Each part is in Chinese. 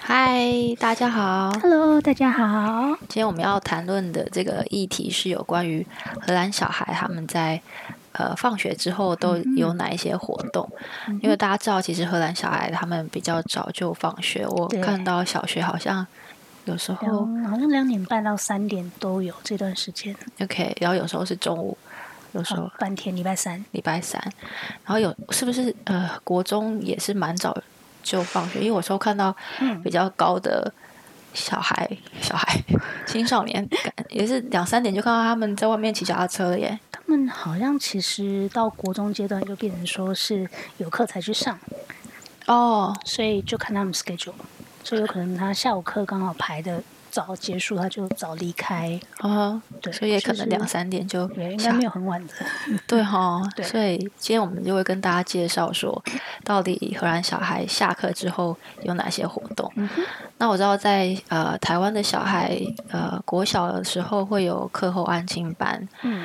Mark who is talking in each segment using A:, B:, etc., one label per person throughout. A: 嗨，大家好。
B: Hello，大家好。
A: 今天我们要谈论的这个议题是有关于荷兰小孩他们在呃放学之后都有哪一些活动？因为大家知道，其实荷兰小孩他们比较早就放学，我
B: 对
A: 看到小学好像有时候
B: 嗯，好像两点半到三点都有这段时间，
A: OK，然后有时候是中午，有时候
B: 哦半天礼拜三。
A: 礼拜三，然后有是不是呃国中也是蛮早就放学？因为有时候看到
B: 嗯
A: 比较高的小孩、小孩青少年，感也是两三点就看到他们在外面骑脚踏车了耶。
B: 他们好像其实到国中阶段就变成说是有课才去上，
A: 哦，
B: 所以就看他们 schedule，所以有可能他下午课刚好排的早结束，他就早离开。
A: 啊，
B: 对，
A: 所以也可能两
B: 就是
A: 三点就
B: 也应该
A: 下
B: 没有很晚的。
A: 对哈，
B: 对
A: 所以今天我们就会跟大家介绍说，到底荷兰小孩下课之后有哪些活动。
B: 嗯哼
A: 那我知道在呃台湾的小孩呃国小的时候会有课后安亲班，
B: 嗯，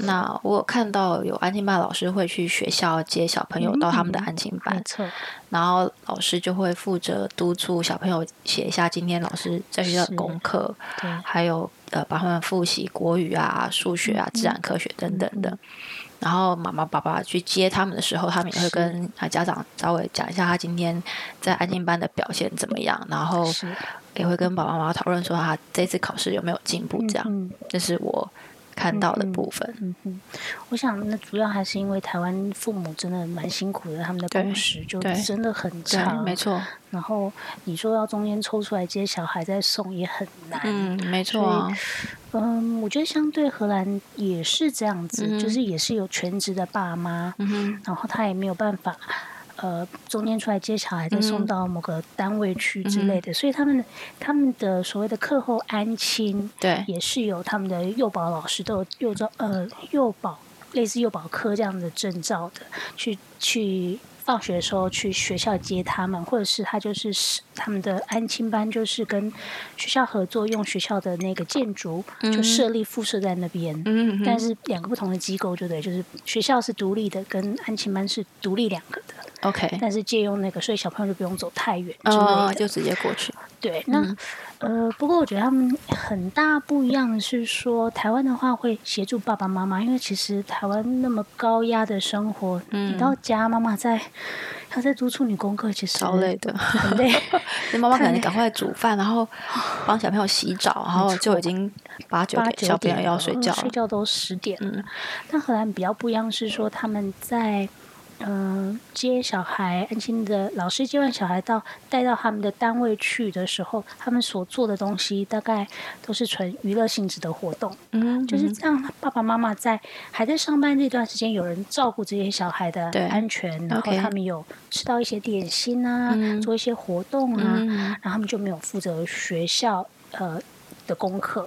A: 那我有看到有安亲班老师会去学校接小朋友到他们
B: 嗯
A: 的安亲班，
B: 没错，
A: 然后老师就会负责督促小朋友写一下今天老师在学校的
B: 是
A: 功课，
B: 对，
A: 还有呃帮他们复习国语啊、数学啊、自然科学等等的。然后妈妈、爸爸去接他们的时候，他们也会
B: 是
A: 跟啊家长稍微讲一下他今天在安静班的表现怎么样，然后
B: 是
A: 也会跟爸爸妈妈讨论说他这次考试有没有进步，这样、
B: 嗯
A: 这是我看到的
B: 嗯嗯
A: 部分。
B: 嗯哼，我想那主要还是因为台湾父母真的蛮辛苦的，他们的
A: 对
B: 工时就
A: 对
B: 真的很
A: 对，
B: 长，
A: 没错，
B: 然后你说要中间抽出来接小孩再送也很难。
A: 嗯，没错啊，
B: 嗯我觉得相对荷兰也是这样子，
A: 嗯哼
B: 就是也是有全职的爸妈，
A: 嗯哼，
B: 然后他也没有办法。呃，中间出来接小孩，再
A: 嗯哼嗯
B: 送到某个单位去之类的，所以他们他们的所谓的课后安亲，
A: 对，
B: 也是有他们的幼保老师都有幼照呃幼保类似幼保科这样的证照的，去去放学的时候去学校接他们，或者是他就是是他们的安亲班，就是跟学校合作，用学校的那个建筑就设立附设在那边。
A: 嗯哼，
B: 但是两个不同的机构，就对，就是学校是独立的，跟安亲班是独立两个的，
A: OK，
B: 但是借用那个，所以小朋友就不用走太远之类的
A: 呃，。就直接过去，
B: 对，那、
A: 嗯
B: 呃，不过我觉得他们很大不一样的是说，台湾的话会协助爸爸妈妈，因为其实台湾那么高压的生活，
A: 嗯
B: 你到家妈妈在要在督促你功课，其实
A: 超累的。
B: 很 累。
A: 那妈妈可
B: 太
A: 能
B: 累
A: 赶快煮饭，然后帮小朋友洗澡，然后就已经八九
B: 八
A: 点，
B: 九
A: 小朋友
B: 点
A: 要
B: 了
A: 睡
B: 嗯
A: 觉了
B: 睡。觉都十点了。
A: 嗯
B: 但荷兰比较不一样是说，他们在嗯、呃接小孩，安心的老师接完小孩到带到他们的单位去的时候，他们所做的东西大概都是纯娱乐性质的活动。
A: 嗯，
B: 就是这样，爸爸妈妈在还在上班这段时间，有人照顾这些小孩的
A: 对
B: 安全，然后
A: OK
B: 他们有吃到一些点心啊，
A: 嗯
B: 做一些活动啊，
A: 嗯
B: 然后他们就没有负责学校呃的功课。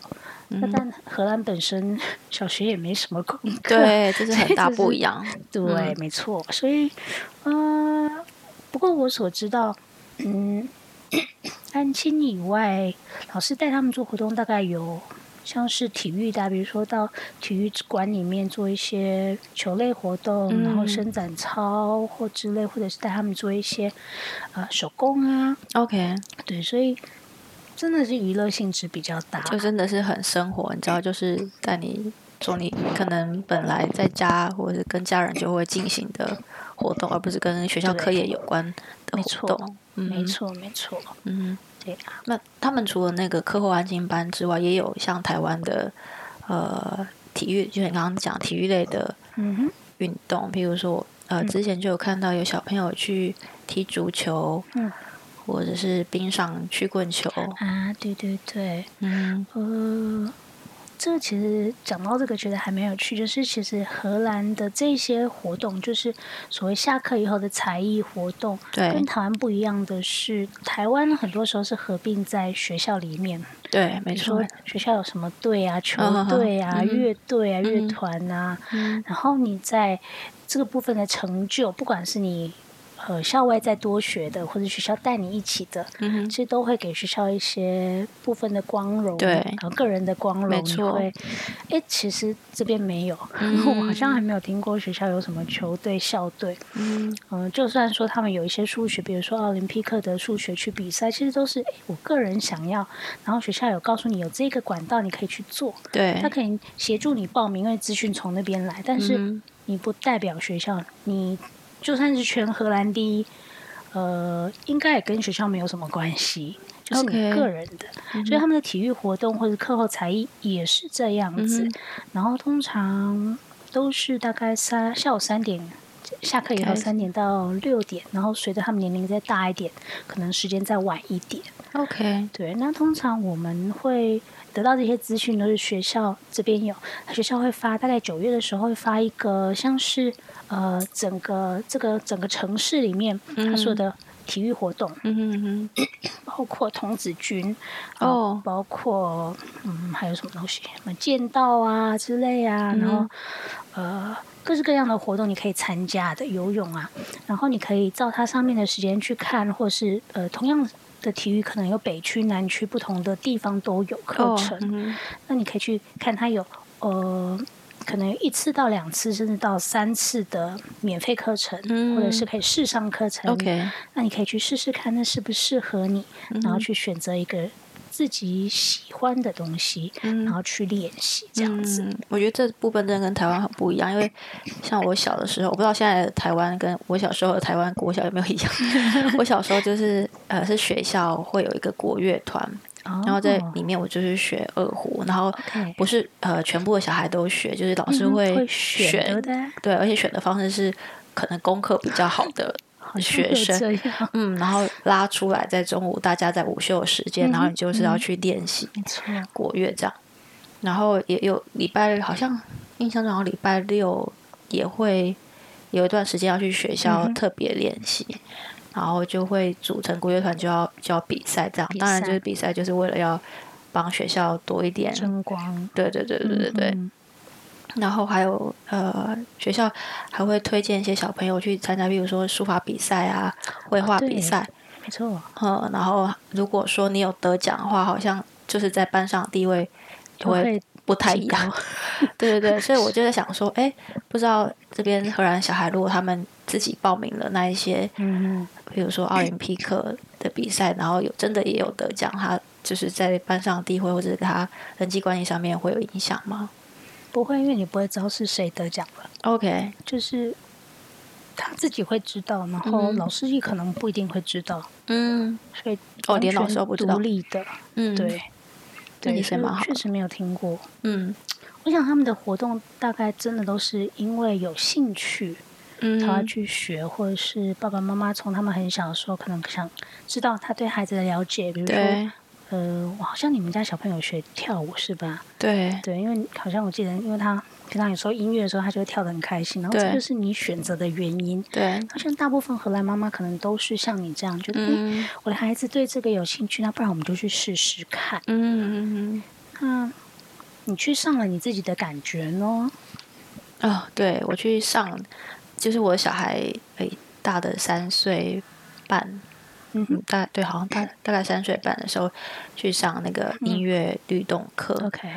A: 嗯
B: 那、但荷兰本身 小学也没什么功课，
A: 对，这是很
B: 这
A: 大
B: 是
A: 不一样。
B: 对，没错。所以，呃，不过我所知道，嗯，安亲以外，老师带他们做活动大概有像是体育的啊，比如说到体育馆里面做一些球类活动，然后
A: 嗯
B: 伸展操或之类，或者是带他们做一些呃手工啊，
A: OK，
B: 对，所以真的是娱乐性质比较大。
A: 就真的是很生活，你知道，就是在你做你可能本来在家或者是跟家人就会进行的活动，而不是跟学校
B: 对
A: 课业有关的
B: 没
A: 活
B: 错
A: 动。嗯
B: 没错，没错，
A: 嗯。
B: 对啊，
A: 那他们除了那个课后安静班之外，也有像台湾的呃体育，就你刚刚讲体育类的
B: 嗯哼，
A: 运动，譬如说呃
B: 嗯
A: 之前就有看到有小朋友去踢足球，
B: 嗯
A: 或者是冰上曲棍球，
B: 啊，对对对，
A: 嗯
B: 呃，这其实讲到这个，觉得还蛮有趣，就是其实荷兰的这些活动，就是所谓下课以后的才艺活动，
A: 对
B: 跟台湾不一样的是，台湾很多时候是合并在学校里面，
A: 对，没
B: 比如
A: 错
B: 说，学校有什么队啊、球
A: 嗯哼哼
B: 队啊、
A: 嗯哼
B: 乐队啊、
A: 嗯
B: 乐团啊，
A: 嗯
B: 然后你在这个部分的成就，不管是你呃校外再多学的，或者学校带你一起的，
A: 嗯哼
B: 其实都会给学校一些部分的光荣，
A: 对
B: 然后个人的光荣，
A: 没
B: 你
A: 错嗯
B: 会，哎，其实这边没有， 我好像还没有听过学校有什么球队、校队，
A: 嗯，
B: 嗯、就算说他们有一些数学，比如说奥林匹克的数学去比赛，其实都是哎，我个人想要，然后学校有告诉你有这个管道，你可以去做，
A: 对
B: 他，可以协助你报名，因为资讯从那边来，但是。
A: 嗯
B: 你不代表学校，你就算是全荷兰第一，呃，应该也跟学校没有什么关系，就是你
A: OK 嗯
B: 个人的。所以他们的体育活动或者课后才艺也是这样子。
A: 嗯哼
B: 然后通常都是大概三下午三点。下课以后
A: 开始
B: 三点到六点，然后随着他们年龄再大一点，可能时间再晚一点。
A: 哼，OK，
B: 对，那通常我们会得到这些资讯都是学校这边有，学校会发，大概九月的时候会发一个像是呃整个这个整个城市里面他说的体育活动，
A: 嗯哼嗯哼，
B: 包括童子军，呃
A: 哦
B: 包括嗯还有什么东西，什么剑道啊之类啊，然后
A: 嗯
B: 呃各式各样的活动你可以参加的，游泳啊，然后你可以照它上面的时间去看，或是呃同样的体育可能有北区、南区不同的地方都有课
A: 哦
B: 程，，
A: 嗯哼
B: 那你可以去看它有呃。可能有一次到两次，甚至到三次的免费课程，
A: 嗯
B: 或者是可以试上课程。
A: ，OK，
B: 那你可以去试试看，那适不适合你，
A: 嗯
B: 然后去选择一个自己喜欢的东西，然后去练习这样子。
A: 嗯，我觉得这部分真的跟台湾很不一样，因为像我小的时候，我不知道现在的台湾跟我小时候的台湾国小有没有一 样。我小时候就是呃，是学校会有一个国乐团，嗯然
B: 然
A: 后在里面我就是学二胡，然后
B: 哦 OK
A: 不是呃全部的小孩都学，就是老师
B: 嗯
A: 会
B: 会选择的啊
A: 对，而且选的方式是可能功课比较好 的学生，
B: 这样，
A: 嗯，然后拉出来在中午大家在午休的时
B: 嗯
A: 间，然后你就是要去练习
B: 没 错，
A: 国乐这样，然后也有礼拜好像印象中好像礼拜六也会有一段时间要去学
B: 嗯
A: 校特别练习。然后就会组成国乐团，就要就要比赛这样。
B: 比
A: 当然，就
B: 赛
A: 是比赛，就是为了要帮学校多一点
B: 争光，
A: 对对对对对对。
B: 嗯
A: 然后还有呃，学校还会推荐一些小朋友去参加，比如说书法比赛啊、绘画
B: 对
A: 比赛。
B: 没错，
A: 呃，然后如果说你有得奖的话，好像就是在班上的地位就
B: 就
A: 会
B: 会
A: 不太一
B: 提高
A: 样。对对对，所以我就在想说，哎，不知道这边荷兰小孩如果他们自己报名了那一些，
B: 嗯，
A: 比如说奥林匹克的比赛，然后有真的也有得奖，他就是在班上的地位或者是他人际关系上面会有影响吗
B: 不会，因为你不会知道是谁得奖了，
A: ？OK，
B: 就是。他自己会知道，然后
A: 嗯
B: 老师也可能不一定会知道，
A: 嗯，
B: 所以
A: 哦连老
B: 完全
A: 师都不知道
B: 独立的，
A: 嗯，
B: 对，
A: 那
B: 对，
A: 也是
B: 所以
A: 蛮好
B: 确
A: 的
B: 实没有听过，
A: 嗯
B: 我想他们的活动大概真的都是因为有兴趣，
A: 嗯，
B: 他要去学，或者是爸爸妈妈从他们很小的时候，可能想知道他对孩子的了解，比如说，
A: 对
B: 呃，我好像你们家小朋友学跳舞是吧？
A: 对
B: 对，因为好像我记得，因为他平常有时候音乐的时候，他就会跳得很开心，然后
A: 对
B: 这就是你选择的原因。
A: 对，
B: 好像大部分荷兰妈妈可能都是像你这样，觉得、嗯、
A: 嗯
B: 我的孩子对这个有兴趣，那不然我们就去试试看。
A: 嗯嗯
B: 那你去上了你自己的感觉呢？
A: 嗯，哦，对我去上，就是我小孩诶、大的三岁半，
B: 嗯
A: 嗯
B: 哼，
A: 大对，好像大大概三岁半的时候去上那个音乐律动课，
B: 嗯，OK，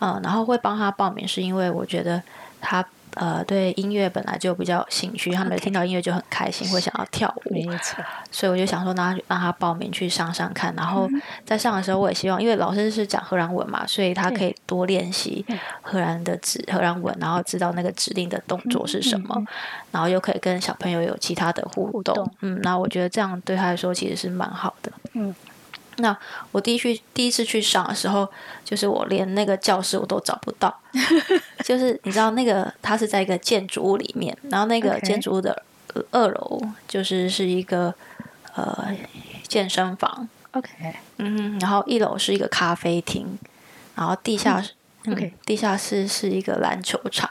A: 嗯然后会帮他报名，是因为我觉得他呃对音乐本来就比较有兴趣，他每
B: OK
A: 听到音乐就很开心，会想要跳舞，
B: 没错，
A: 所以我就想说让他让他报名去上上看，然后
B: 嗯
A: 在上的时候我也希望，因为老师是讲荷兰文嘛，所以他可以多练习
B: 嗯
A: 荷兰的指荷兰文，然后知道那个指令的动作是什么，
B: 嗯嗯
A: 然后又可以跟小朋友有其他的互
B: 互
A: 动。
B: 动
A: 嗯，那我觉得这样对他来说其实是蛮好的。
B: 嗯，
A: 那我第一去第一次去上的时候，就是我连那个教室我都找不到，就是你知道那个它是在一个建筑物里面，然后那个
B: OK
A: 建筑物的呃二楼就是是一个呃健身房，
B: OK，
A: 嗯，然后一楼是一个咖啡厅，然后地下室、嗯
B: OK
A: 地下室是一个篮球场，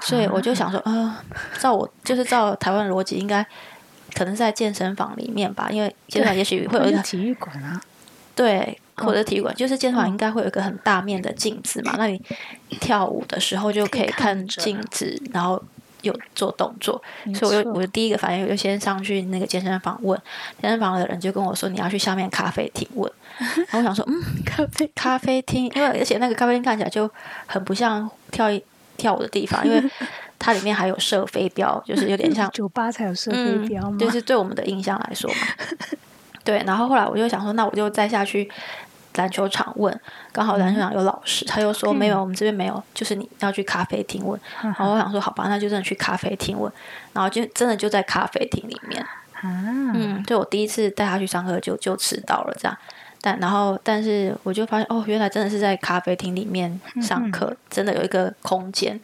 A: 所以我就想说，嗯、照我就是照台湾逻辑，应该可能是在健身房里面吧，因为健身房也许会有一个
B: 那就体育馆啊，
A: 对，或
B: 嗯
A: 者体育馆，就是健身房应该会有一个很 大面的镜子嘛，那你跳舞的时候就可以
B: 可以看
A: 看
B: 着
A: 镜子，然后有做动作，
B: 没
A: 所以我
B: 错
A: 就我就第一个反应，我就先上去那个健身房问，健身房的人就跟我说你要去下面咖啡厅 问，然后我想说，嗯，
B: 咖啡
A: 咖啡厅，因为而且那个咖啡厅看起来就很不像跳一跳舞的地方，因 为它里面还有射飞镖，就是有点像
B: 酒吧才有射飞镖吗？
A: 就是对我们的印象来说嘛。对，然后后来我就想说，那我就再下去篮球场问，刚好篮球场有老师，他又说
B: 嗯
A: 没有，我们这边没有，就是你要去咖啡厅问。
B: 嗯
A: 然后我想说，好吧，那就真的去咖啡厅问，然后就真的就在咖啡厅里面。
B: 啊，
A: 嗯，对我第一次带他去上课就就迟到了这样，但然后但是我就发现哦，原来真的是在咖啡厅里面上课，真的有一个空间。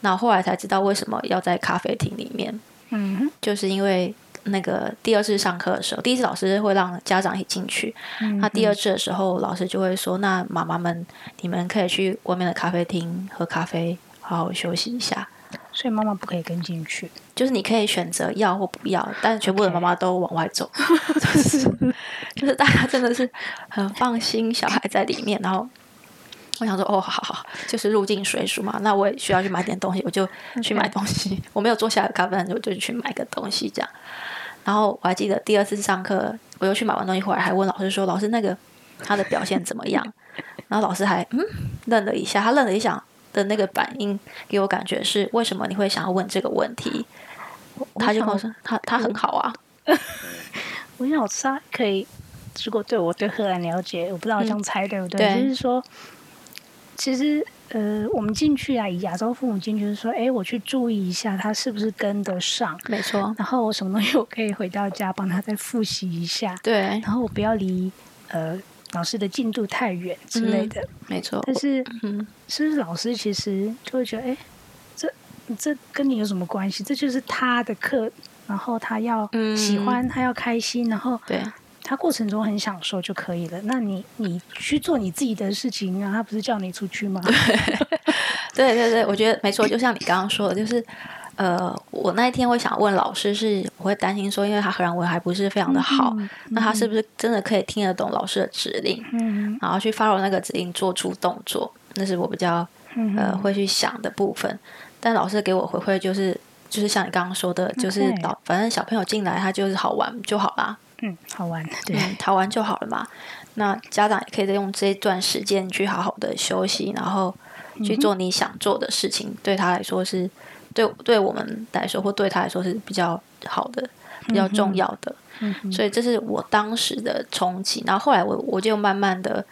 A: 那后来才知道为什么要在咖啡厅里面，
B: 嗯哼，
A: 就是因为那个第二次上课的时候，第一次老师会让家长一起进去，
B: 嗯
A: 那第二次的时候，老师就会说：“那妈妈们，你们可以去外面的咖啡厅喝咖啡，好好休息一下。
B: 所以妈妈不可以跟进去。”
A: 就是你可以选择要或不要，但是全部的
B: OK
A: 妈妈都往外走就是 就是大家真的是很放心小孩在里面。然后我想说，哦，好好，好就是入境水煮嘛，那我也需要去买点东西，我就去买东西。 我没有坐下来咖啡，我就去买个东西这样。然后我还记得第二次上课，我又去买完东西回来，还问老师说：“老师，那个他的表现怎么样？” 然后老师还嗯愣了一下，他愣了一下的那个反应给我感觉是为什么你会想要问这个问题？他就跟我说：“他他很好啊。
B: 我想我猜可以，如果对我对荷兰了解，我不知道我这样猜对不嗯对？
A: 对
B: 就是说，其实呃，我们进去啊，以亚洲父母进去就是说，哎，我去注意一下他是不是跟得上”，
A: 没错，
B: 然后我什么东西我可以回到家帮他再复习一下，
A: 对，
B: 然后我不要离呃老师的进度太远之类的。
A: 没错。
B: 但是
A: 嗯，
B: 是不是老师其实就会觉得，哎，这这跟你有什么关系？这就是他的课，然后他要
A: 嗯
B: 喜欢，他要开心，然后
A: 对，
B: 他过程中很享受就可以了。那你你去做你自己的事情啊，他不是叫你出去吗？
A: 对对对，我觉得没错，就像你刚刚说的，就是。呃，我那一天会想问老师是，我会担心说，因为他荷兰文还不是非常的好，
B: 嗯
A: 那他是不是真的可以听得懂老师的指令？
B: 嗯
A: 然后去 follow 那个指令做出动作，那是我比较
B: 嗯
A: 呃
B: 嗯
A: 会去想的部分。但老师给我回馈就是，就是像你刚刚说的，就是老反正小朋友进来他就是好玩就好啦，
B: 嗯，好玩，对，
A: 嗯，好玩就好了嘛。那家长也可以再用这一段时间去好好的休息，然后
B: 嗯
A: 去做你想做的事情，对他来说是对对我们来说或对他来说是比较好的、比较重要的。
B: 嗯哼
A: 所以这是我当时的憧憬。然后后来我我就慢慢的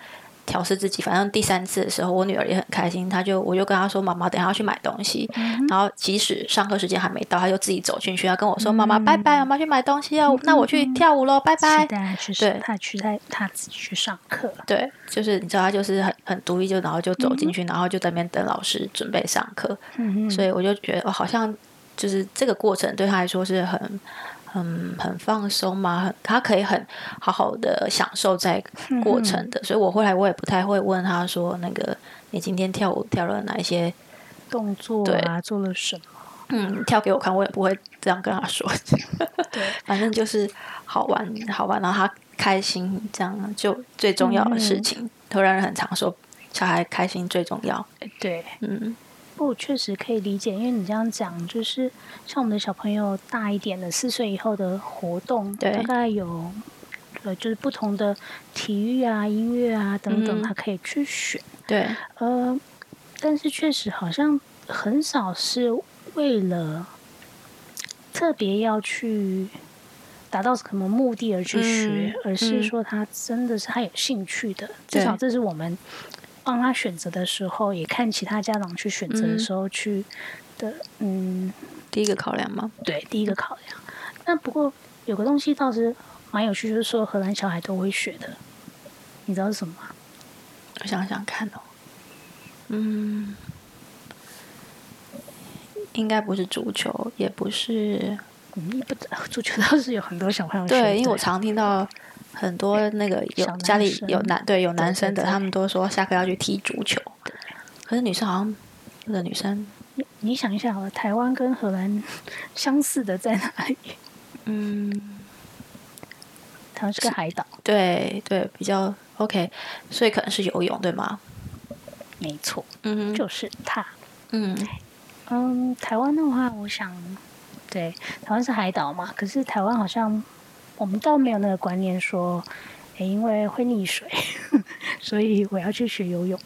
A: 调试自己，反正第三次的时候，我女儿也很开心，她就我就跟她说：“妈妈，等一下要去买东西。然后即使上课时间还没到，她就自己走进去，她跟我说：“妈妈，拜拜，妈妈去买东西哦，那我去跳舞喽，拜
B: 期
A: 拜。”
B: 待他去
A: 对
B: 上，他去他他自己去上课，
A: 对，就是你知道，她就是很很独立，就然后就走进去，然后就在那边等老师准备上课。
B: 嗯
A: 所以我就觉得，哦，好像就是这个过程对他来说是很、很、很放松嘛，很他可以很好好的享受在
B: 嗯
A: 过程的。所以我后来我也不太会问他说，那个你今天跳舞跳了哪一些？
B: 动作啊做了什么？
A: 嗯，跳给我看，我也不会这样跟他说。
B: 对，
A: 反正就是好玩，好玩，然后他开心，这样就最重要的
B: 嗯
A: 事情。荷兰人很常说，小孩开心最重要。
B: 对，
A: 嗯，
B: 不，确实可以理解，因为你这样讲，就是像我们的小朋友大一点的，四岁以后的活动，
A: 对
B: 大概有，呃，就是不同的体育啊、音乐啊等等，
A: 嗯
B: 他可以去选。
A: 对，
B: 呃，但是确实好像很少是为了特别要去达到什么目的而去学，
A: 嗯
B: 而是
A: 嗯
B: 说他真的是他有兴趣的，至少这是我们帮他选择的时候，也看其他家长去选择
A: 嗯
B: 的时候去的，嗯，
A: 第一个考量嘛，
B: 对，第一个考量。那不过有个东西倒是蛮有趣，就是说荷兰小孩都会学的，你知道是什么吗？
A: 我想想看哦，嗯，应该不是足球，也不是
B: 嗯，不知道， 足球倒是有很多小朋友学的
A: 对，因为我常听到很多那个有
B: 小男
A: 家里
B: 生
A: 有男对有男生的，
B: 对对对
A: 他们都说下课要去踢足球，可是女生好像有的女生，
B: 你你想一下好了，台湾跟荷兰相似的在哪里？
A: 嗯，
B: 台湾是个海岛，
A: 对对，比较 OK，所以可能是游泳对吗？
B: 没错，
A: 嗯
B: 就是它。
A: 嗯，
B: 嗯，台湾的话，我想，对，台湾是海岛嘛，可是台湾好像我们倒没有那个观念说，诶因为会溺水， 所以我要去学游泳。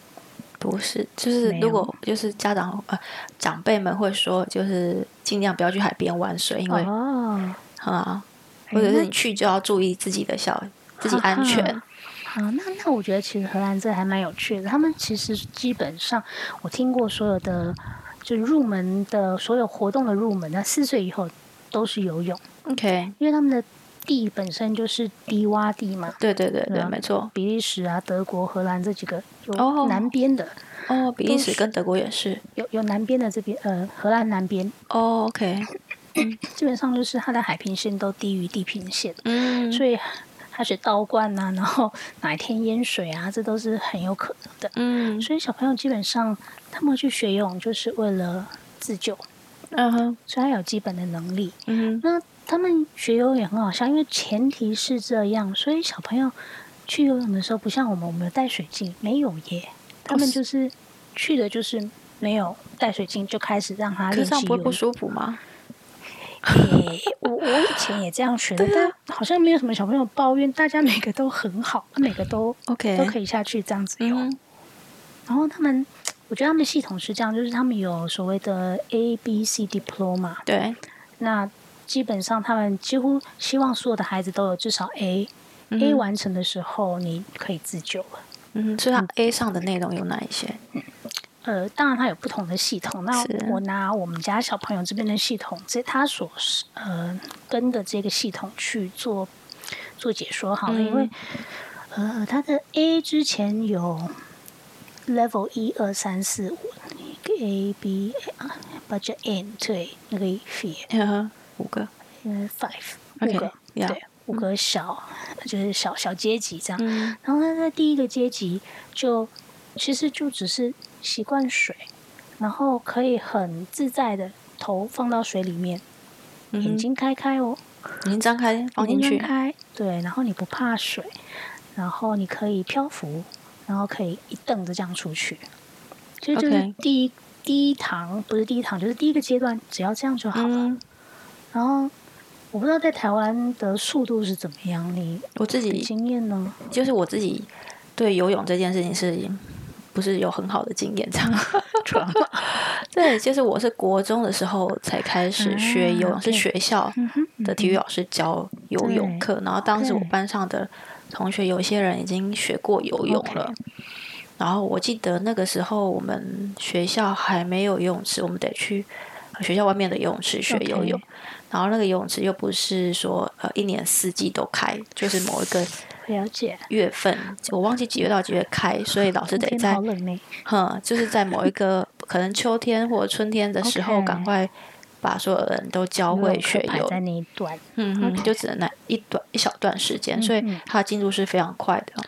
A: 不是，就是
B: 没
A: 如
B: 有
A: 果就是家长呃长辈们会说，就是尽量不要去海边玩水，因为
B: 哦，
A: 啊，
B: 诶
A: 或者是
B: 哎那
A: 你去就要注意自己的小自己安全
B: 啊。好，那那我觉得其实荷兰这还蛮有趣的。他们其实基本上，我听过所有的就入门的所有活动的入门，那四岁以后都是游泳，
A: OK，
B: 因为他们的地本身就是低洼地嘛。
A: 对对对对，
B: 啊
A: 没错。
B: 比利时啊、德国、荷兰这几个
A: 哦
B: 有南边的，
A: 哦，比利时
B: 是
A: 跟德国也是。
B: 有有南边的这边，呃，荷兰南边
A: 哦，OK，
B: 基本上就是它的海平线都低于地平线，
A: 嗯，
B: 所以海水倒灌啊，然后哪一天淹水啊，这都是很有可能的。
A: 嗯
B: 所以小朋友基本上他们去学游泳就是为了自救，
A: 嗯哼
B: 所以他有基本的能力。
A: 嗯哼
B: 那他们学游泳也很好笑，因为前提是这样，所以小朋友去游泳的时候不像我们，我们有带水镜，没有耶。他们
A: 哦是
B: 就是去的就是没有带水镜，就开始让他
A: 可是
B: 练
A: 这样
B: 习
A: 不
B: 游
A: 会不
B: 泳。
A: 舒服吗？
B: 诶我我以前也这样学 的，
A: 对啊
B: 但好像没有什么小朋友抱怨，大家每个都很好，每个都
A: OK
B: 都可以下去这样子游。
A: 嗯
B: 然后他们，我觉得他们系统是这样，就是他们有所谓的 A B C diploma，
A: 对，
B: 那基本上他们几乎希望所有的孩子都有至少 A、
A: 嗯
B: A
A: 哼
B: 完成的时候，你可以自救了。
A: 嗯哼，所以它 A 上的内容有哪一些？
B: 呃，当然它有不同的系统。那
A: 是
B: 我拿我们家小朋友这边的系统，这他所是呃跟的这个系统去做做解说好了，
A: 嗯
B: 因为呃他的 A 之前有 level 一二三四五。一个 A B 啊，budget N 对那个 fear
A: 嗯哼，五个
B: 嗯 five 五
A: ，OK，
B: 个
A: yeah
B: 对五个小就是小小阶级这样，
A: 嗯
B: 然后他在第一个阶级就其实就只是习惯水，然后可以很自在的头放到水里面，
A: 嗯
B: 眼
A: 哼，
B: 睛开开哦，
A: 眼睛张开放进
B: 眼睛
A: 去
B: 张，开，对，然后你不怕水，然后你可以漂浮，然后可以一蹬着这样出去，其实就是
A: OK
B: 第一第一堂不是第一堂，就是第一个阶段，只要这样就好了。
A: 嗯，
B: 然后我不知道在台湾的速度是怎么样，你
A: 我自
B: 的
A: 己
B: 经 验呢？
A: 就是我自己对游泳这件事情是不是有很好的经验？这样，对，就是我是国中的时候才开始学游泳，
B: 啊
A: 是
B: 对
A: 学校
B: 嗯哼
A: 的体育老师教游泳
B: 对
A: 课，然后当时我
B: 对
A: 班上的同学有一些人已经学过游泳
B: OK
A: 了。然后我记得那个时候我们学校还没有游泳池，我们得去呃学校外面的游泳池学游泳。
B: OK
A: 然后那个游泳池又不是说呃一年四季都开，就是某一个
B: 了解。
A: 月份，我忘记几月到几月开，所以老师得
B: 天
A: 在
B: 好冷呢。
A: 哼，就是在某一个可能秋天或者春天的时候，
B: OK
A: 赶快把所有人都教会
B: 有
A: 学
B: 刻牌
A: 游。
B: 在那一段，
A: 嗯哼，
B: OK
A: 就只能那一短一小段时间，所以
B: 嗯嗯
A: 它进入是非常快的。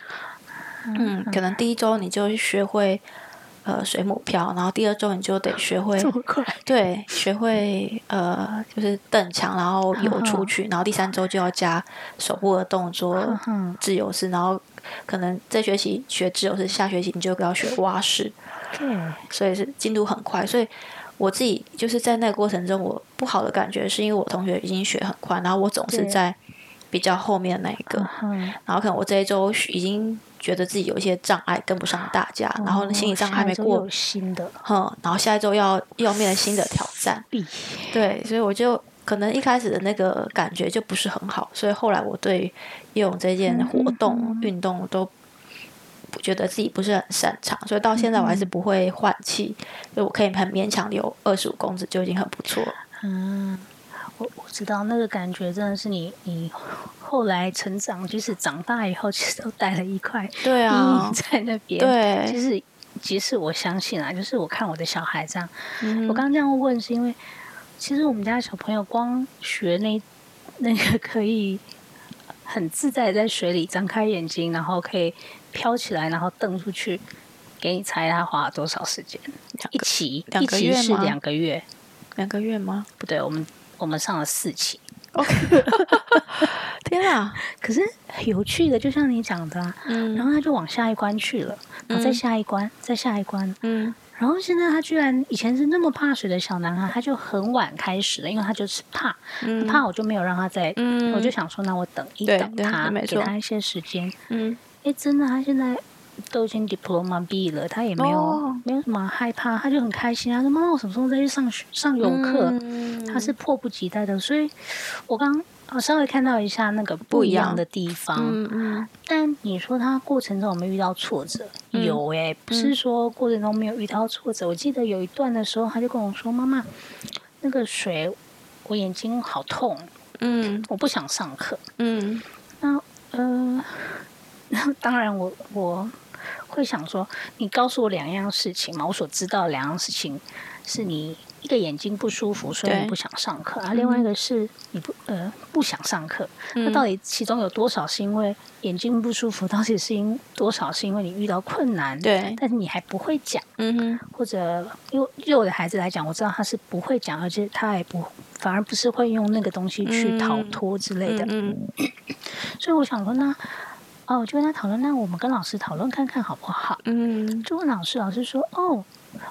A: 嗯，可能第一周你就学会呃水母漂，然后第二周你就得学会
B: 这么 快，
A: 对，学会呃，就是蹬墙，然后游出去，然后第三周就要加手部的动作
B: 嗯哼，
A: 自由式，然后可能这学期学自由式，下学期你就要学蛙式，
B: 对，
A: 所以是进度很快。所以我自己就是在那个过程中，我不好的感觉是因为我同学已经学很快，然后我总是
B: 对
A: 在比较后面的那一个，
B: 嗯哼，
A: 然后可能我这一周已经觉得自己有一些障碍，跟不上大家，然后心理上还没
B: 哦下周
A: 过
B: 又有新的
A: 哼、然后下一周要又要面临新的挑战，
B: 币，
A: 对，所以我就可能一开始的那个感觉就不是很好，所以后来我对游泳这件活动、
B: 嗯
A: 运动都不觉得自己不是很擅长，所以到现在我还是不会换气，所以我可以很勉强游二十五公尺就已经很不错了。
B: 嗯，我我知道那个感觉真的是你你后来成长，就是长大以后，其实都带了一块
A: 对啊
B: 阴影，在那边，，就
A: 对，
B: 是。即使我相信啊，就是我看我的小孩这样，
A: 嗯
B: 我刚刚这样问是因为，其实我们家小朋友光学那那个可以很自在地在水里张开眼睛，然后可以飘起来，然后蹬出去，给你猜他花了多少时间？
A: 两
B: 一
A: 个
B: 期，
A: 两
B: 一
A: 个
B: 期
A: 月
B: 是
A: 吗
B: 两个月，
A: 两个月吗
B: 不对，我们我们上了四期。
A: ？OK，天啊，
B: 可是很有趣的，就像你讲的、啊，然
A: 嗯
B: 后他就往下一关去了，然后再
A: 嗯
B: 下一关，再下一关，
A: 嗯
B: 然后现在他居然以前是那么怕水的小男孩，他就很晚开始了，因为他就是怕，
A: 嗯
B: 怕我就没有让他再，
A: 嗯，
B: 我就想说，那我等一
A: 对
B: 等
A: 对
B: 他，
A: 没
B: 给
A: 错
B: 他一些时间。
A: 嗯
B: 哎，真的，他现在都已经 diploma B 了，他也没有、
A: 哦
B: 没有什么害怕，他就很开心啊。他说：“妈妈，我什么时候再去上学上泳课？”
A: 嗯
B: 他是迫不及待的，所以我刚我稍微看到一下那个不
A: 一
B: 一样
A: 样
B: 的地方，
A: 嗯嗯
B: 但你说他过程中有没有遇到挫折？
A: 嗯
B: 有诶、不是说过程中没有遇到挫折。我记得有一段的时候，他就跟我说：“妈妈，那个水，我眼睛好痛，
A: 嗯
B: 我不想上课。
A: 嗯
B: 那”呃， 那当然我我会想说，你告诉我两样事情嘛，我所知道的两样事情是你。一个眼睛不舒服，所以
A: 对
B: 你不想上课啊。另外一个是你不呃不想上课，那
A: 嗯，
B: 到底其中有多少是因为眼睛不舒服？到底是因多少是因为你遇到困难？，
A: 对，
B: 但是你还不会讲，
A: 嗯哼，
B: 或者因为对我的孩子来讲，我知道他是不会讲，而且他也不反而不是会用那个东西去逃脱之类的。
A: 嗯嗯
B: 所以我想说，那哦，我就跟他讨论，那我们跟老师讨论看看好不好？
A: 嗯，
B: 就问老师，老师说，哦。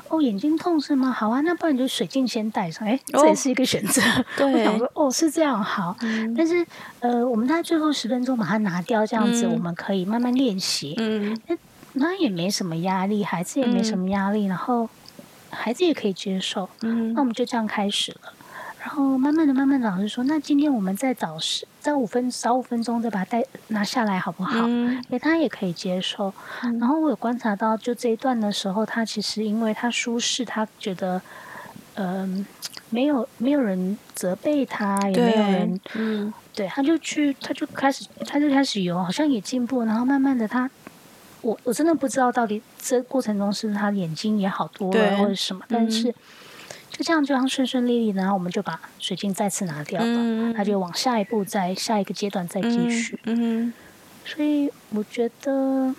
B: 哦，眼睛痛是吗？好啊，那不然你就水镜先戴上，哎、这也
A: 哦
B: 是一个选择。我
A: 对
B: 想，说，哦，是这样，好，
A: 嗯
B: 但是呃，我们在最后十分钟把它拿掉，这样子
A: 嗯
B: 我们可以慢慢练习。
A: 嗯
B: 那也没什么压力，孩子也没什么压力，然后孩子也可以接受。
A: 嗯
B: 那我们就这样开始了。然后慢慢的、慢慢的，老师说：“那今天我们再早十、再五分、早五分钟再把它带拿下来，好不好？”
A: 嗯
B: 对，他也可以接受。
A: 嗯
B: 然后我有观察到，就这一段的时候，他其实因为他舒适，他觉得，嗯、没有没有人责备他，也没有人
A: 对，嗯
B: 对，他就去，他就开始，他就开始游，好像也进步，然后慢慢的他，我我真的不知道到底这过程中是不是他眼睛也好多了
A: 对嗯
B: 或者什么，但是就这样就让顺顺利利，然后我们就把水晶再次拿掉了，
A: 嗯
B: 他就往下一步再下一个阶段再继续，
A: 嗯
B: 所以我觉得。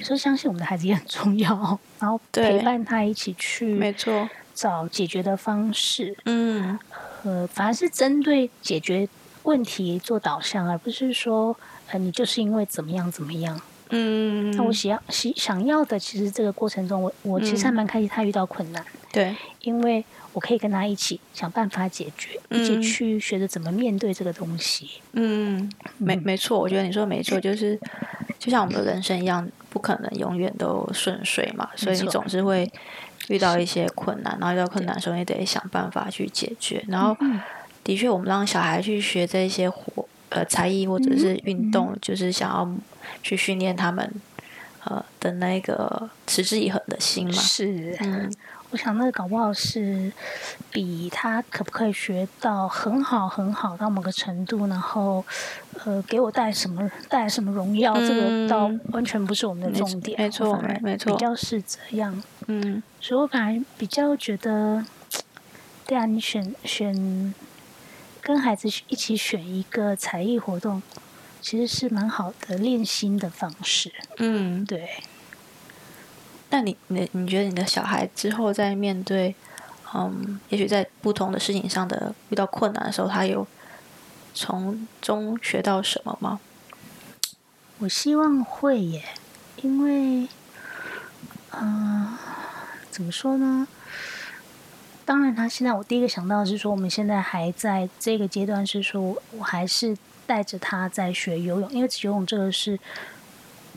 B: 有时候相信我们的孩子也很重要哦，然后
A: 对
B: 陪伴他一起
A: 嗯，没
B: 去
A: 错，
B: 找解决的方式，
A: 嗯
B: 呃，反而是针对解决问题做导向，而不是说，呃，你就是因为怎么样怎么样。
A: 嗯，嗯
B: 那我想要想想要的，其实这个过程中，我我其实还蛮开心他遇到困难，
A: 对，
B: 因为我可以跟他一起想办法解决，一起
A: 嗯
B: 去学着怎么面对这个东西。
A: 嗯，没
B: 嗯
A: 没错，我觉得你说没错，就是就像我们的人生一样，不可能永远都顺遂嘛，所以你
B: 错
A: 总是会遇到一些困难，然后遇到困难的时候，你得想办法去解决。然后，的确，我们让小孩去学这些活呃才艺或者是运动，就是想要去训练他们呃的那个持之以恒的心嘛。
B: 是，
A: 嗯，
B: 我想那个搞不好是比他可不可以学到很好很好到某个程度，然后呃给我带什么带来什么荣耀，这个倒
A: 嗯
B: 完全不是我们的
A: 没
B: 重点，
A: 没错
B: 我反而
A: 没错
B: 比较是这样，
A: 嗯，
B: 所以我反而比较觉得，对啊，你选选跟孩子一起选一个才艺活动，其实是蛮好的练心的方式，
A: 嗯，
B: 对。
A: 那你你你觉得你的小孩之后在面对，嗯，也许在不同的事情上的遇到困难的时候，他有从中学到什么吗？
B: 我希望会耶，因为，嗯、怎么说呢？当然，他现在我第一个想到的是说，我们现在还在这个阶段，是说我还是带着他在学游泳，因为游泳这个是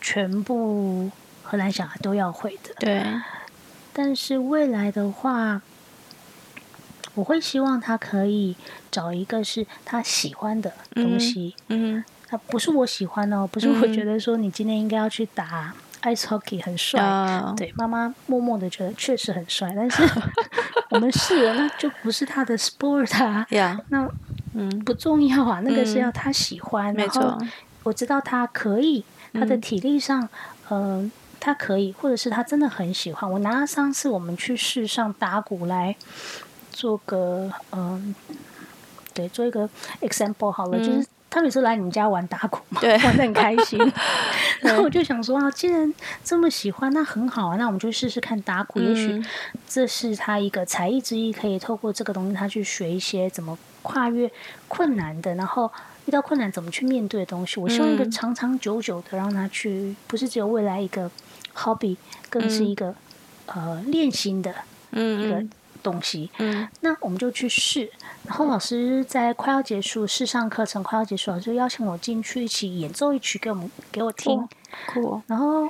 B: 全部荷兰小孩都要会的。
A: 对，
B: 但是未来的话，我会希望他可以找一个是他喜欢的东
A: 嗯
B: 西，
A: 嗯，
B: 啊，不是我喜欢哦，不是我
A: 嗯
B: 觉得说你今天应该要去打 ice hockey 很帅。
A: 啊，
B: 对，妈妈默默的觉得确实很帅，但是我们试了，那就不是他的 sport 啊，
A: 呀，
B: 那
A: 嗯，
B: 不重要啊，那个是
A: 嗯
B: 要他喜欢。
A: 没
B: 然
A: 错
B: 后，我知道他可以，他的
A: 嗯
B: 体力上，呃，他可以，或者是他真的很喜欢。我拿上次我们去市上打鼓来做个，嗯、对，做一个 example 好了，
A: 嗯
B: 就是他每次来你们家玩打鼓嘛，
A: 对
B: 玩的很开 心。然后我就想说啊，既然这么喜欢，那很好啊，那我们就试试看打鼓，也许
A: 嗯
B: 这是他一个才艺之一，可以透过这个东西，他去学一些怎么跨越困难的，然后遇到困难怎么去面对的东西。我希望一个
A: 嗯
B: 长长久久的让他去，不是只有未来一个 hobby，更是一个呃练心的一个
A: 嗯
B: 东西。
A: 嗯
B: 那我们就去试，然后老师在快要结束试上课程快要结束，老师邀请我进去一起演奏一曲给我们给我听，
A: 哦酷，
B: 然后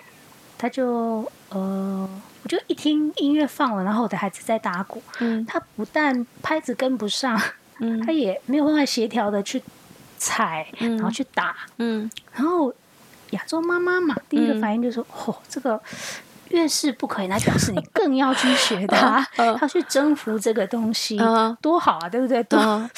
B: 他就呃，我就一听音乐放了，然后我的孩子在打鼓，
A: 嗯
B: 他不但拍子跟不上，
A: 嗯
B: 他也没有办法协调的去踩，
A: 嗯
B: 然后去打，
A: 嗯
B: 然后亚洲妈妈嘛，第一个
A: 嗯，
B: 反应就是，哦，这个越是不可以，那表示你更要去学它
A: 嗯
B: 要去征服这个东西
A: 嗯，
B: 多好啊，对不对？多
A: 嗯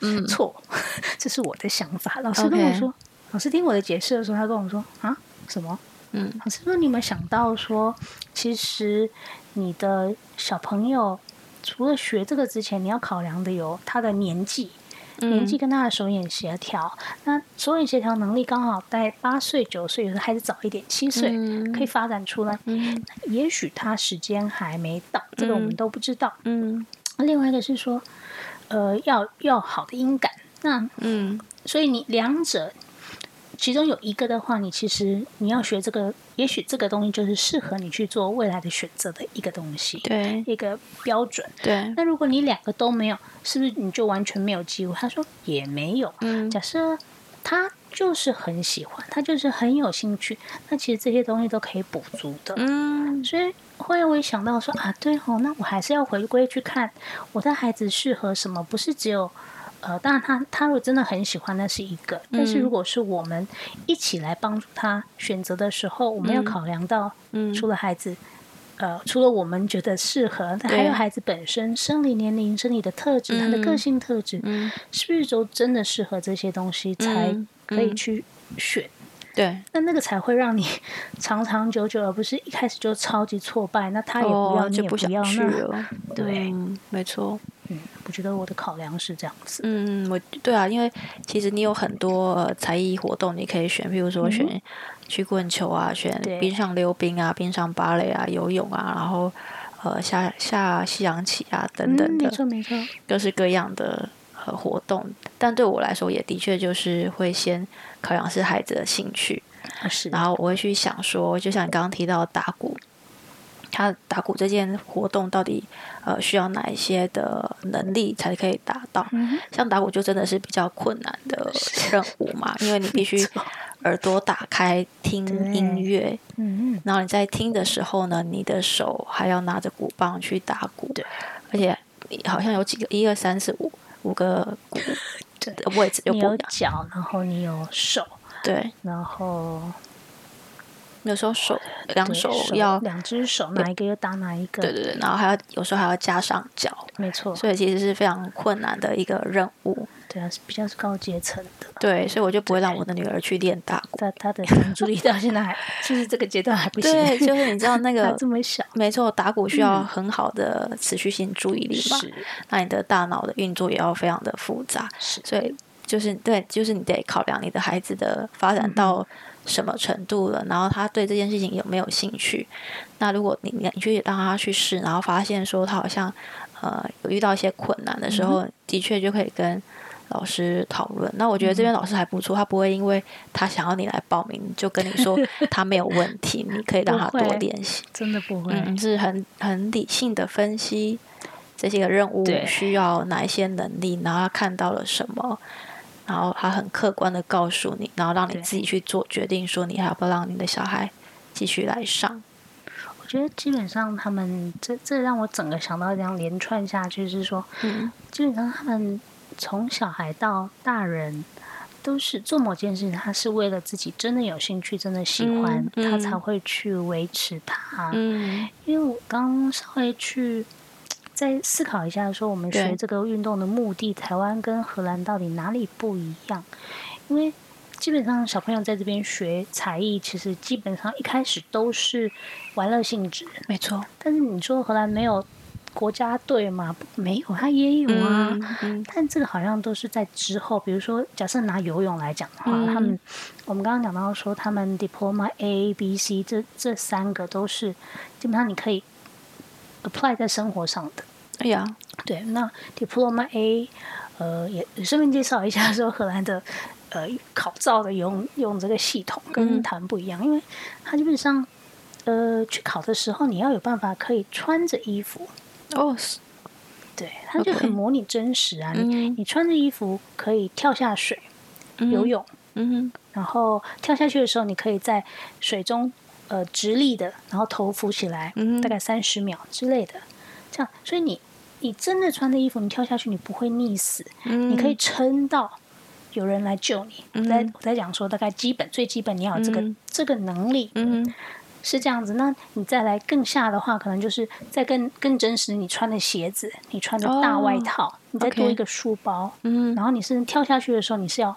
A: 嗯
B: 错， 这是我的想法。老师跟我
A: OK
B: 说，老师听我的解释的时候，他跟我说啊，什么？
A: 嗯
B: 老师说你有没有想到说，其实你的小朋友除了学这个之前，你要考量的有他的年纪，
A: 嗯
B: 年纪跟他的手眼协调。那手眼协调能力刚好在八岁、九岁，有的孩子早一点，七岁、
A: 嗯
B: 可以发展出来。
A: 嗯
B: 也许他时间还没到，这个我们
A: 嗯
B: 都不知道。
A: 嗯
B: 另外一个是说，呃，要要好的音感。那
A: 嗯
B: 所以你两者其中有一个的话，你其实你要学这个，也许这个东西就是适合你去做未来的选择的一个东西，
A: 对
B: 一个标准。
A: 对
B: 那如果你两个都没有，是不是你就完全没有机会？他说也没有。啊
A: 嗯
B: 假设他就是很喜欢，他就是很有兴趣，那其实这些东西都可以补足的。
A: 嗯
B: 所以后来我也想到说啊，对哦，那我还是要回归去看我的孩子适合什么，不是只有。呃，当然他他如果真的很喜欢，那是一个。
A: 嗯
B: 但是如果是我们一起来帮助他选择的时候，我们要
A: 嗯
B: 考量到，
A: 嗯
B: 除了孩子，呃，除了我们觉得适合，但还
A: 对
B: 有孩子本身生理年龄、生理的特质、他的个
A: 嗯
B: 性特质，
A: 嗯
B: 是不是都真的适合这些东西，才
A: 嗯
B: 可以
A: 嗯
B: 去选？
A: 对
B: 那那个才会让你长长久久，而不是一开始就超级挫败。那他也不要，
A: 哦
B: 你
A: 就
B: 也
A: 不
B: 不
A: 想
B: 要，
A: 去
B: 那
A: 了
B: 对
A: 嗯没错
B: 嗯，我觉得我的考量是这样子。
A: 嗯，我对啊，因为其实你有很多、呃、才艺活动你可以选，比如说选曲棍球啊，选
B: 嗯对
A: 冰上溜冰啊，冰上芭蕾啊，游泳啊，然后呃下下西洋棋啊等等
B: 嗯没
A: 的，
B: 错没错，
A: 各式各样的呃活动。但对我来说，也的确就是会先考量是孩子的兴趣，
B: 啊是
A: 然后我会去想说，就像你刚刚提到打鼓，他打鼓这件活动到底呃需要哪一些的能力才可以达到？
B: 嗯哼
A: 像打鼓就真的是比较困难的任务嘛，因为你 必须耳朵打开听
B: 对
A: 音乐，
B: 嗯嗯
A: 然后你在听的时候呢，你的手还要拿着鼓棒去打鼓，
B: 对，
A: 而且你好像有几个一二三四五五个鼓
B: 对
A: 的位置又
B: 你
A: 不一
B: 有
A: 样，
B: 脚，然后你有手，
A: 对，
B: 然后
A: 有时候手两
B: 对
A: 手要。
B: 两只手，哪一个又打哪一个？
A: 对对对，然后还要有时候还要加上脚，
B: 没错，
A: 所以其实是非常困难的一个任务。
B: 对啊，是比较是高阶层的。
A: 对，所以我就不会让我的女儿去练打鼓。
B: 他他的专注力到现在还，就是这个阶段还不行。
A: 对，就是你知道那
B: 他
A: 个，
B: 这么小，
A: 没错，打鼓需要很好的持续性注意力嘛，
B: 是
A: 那你的大脑的运作也要非常的复杂，
B: 是，
A: 所以就是对，就是你得考量你的孩子的发
B: 嗯
A: 展到什么程度了，然后他对这件事情有没有兴趣。那如果你你你去让他去试，然后发现说他好像呃有遇到一些困难的
B: 嗯
A: 时候，的确就可以跟。老师讨论，那我觉
B: 嗯
A: 得这边老师还不错，他不会因为他想要你来报名就跟你 说他没有问题，你可以让他
B: 不
A: 多
B: 会
A: 练习。
B: 真的不会。
A: 嗯，是很很理性的分析这些个任务
B: 对
A: 需要哪一些能力，然后他看到了什么，然后他很客观的告诉你，然后让你
B: 对
A: 自己去做决定，说你还要不要让你的小孩继续来上。
B: 我觉得基本上他们这这让我整个想到这样连串下去是说，
A: 嗯
B: 基本上他们从小孩到大人。都是做某件事情，他是为了自己真的有兴趣，真的喜欢，
A: 嗯
B: 他
A: 嗯
B: 才会去维持它。
A: 嗯
B: 因为我刚稍微去再思考一下，说我们
A: 对
B: 学这个运动的目的，台湾跟荷兰到底哪里不一样？因为基本上小朋友在这边学才艺，其实基本上一开始都是玩乐性质，
A: 没错，
B: 但是你说荷兰没有国家队嘛？不没有，他也有啊。
A: 嗯嗯
B: 但这个好像都是在之后，比如说，假设拿游泳来讲的话，
A: 嗯
B: 他们我们刚刚讲到说，他们 diploma A、B、C 这这三个都是基本上你可以 apply 在生活上的。
A: 哎呀，
B: 对，那 diploma A，呃，也也顺便介绍一下说荷兰的呃考照的游泳游泳这个系统跟
A: 嗯
B: 台湾不一样，因为它基本上呃去考的时候，你要有办法可以穿着衣服，
A: 哦，是
B: 对，它就
A: OK
B: 很模拟真实啊。你
A: 嗯
B: 你穿着衣服可以跳下水游，泳，
A: 嗯嗯
B: 然后跳下去的时候，你可以在水中呃直立的，然后头浮起来，
A: 嗯
B: 大概三十秒之类的，这样。所以你你真的穿着衣服，你跳下去，你不会溺死，
A: 嗯，
B: 你可以撑到有人来救你。我在
A: 嗯
B: 我在讲说，大概基本最基本你要有这个、
A: 嗯
B: 这个能力
A: 嗯哼
B: 是这样子。那你再来更下的话，可能就是再更更真实，你穿的鞋子，你穿的大外
A: 哦
B: 套，你再多
A: OK
B: 一个书包，
A: 嗯
B: 然后你是跳下去的时候，你是要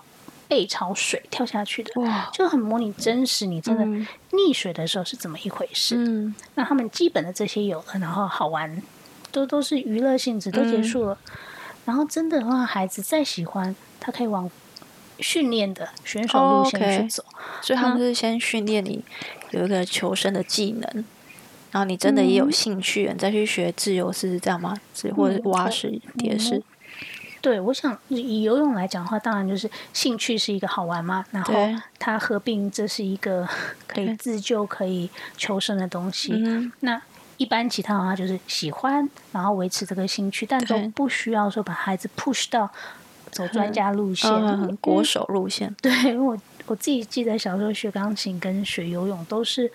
B: 背朝水跳下去的。
A: 哇，
B: 就很模拟真实，你真的
A: 嗯
B: 溺水的时候是怎么一回事？
A: 嗯
B: 那他们基本的这些有了，然后好玩，都都是娱乐性质，都
A: 嗯
B: 结束了。然后真的话，孩子再喜欢，他可以往训练的选手路线
A: 哦，OK
B: 去走。
A: 所以他们就是先训练你有一个求生的技能，然后你真的也有
B: 嗯
A: 兴趣，你再去学自由式是这样吗？是或者
B: 嗯
A: 蛙
B: 我
A: 式、蝶式
B: 嗯？对，我想以游泳来讲的话，当然就是兴趣是一个好玩嘛，然后
A: 嗯对
B: 它合并这是一个 可以
A: 对
B: 自救、可以求生的东西。
A: 嗯
B: 那一般其他的话就是喜欢，然后维持这个兴趣，但
A: 对
B: 都不需要说把孩子 push 到走专家路线。
A: 嗯，嗯国
B: 因为
A: 手路线，
B: 对，因为我我自己记得小时候学钢琴跟学游泳都是，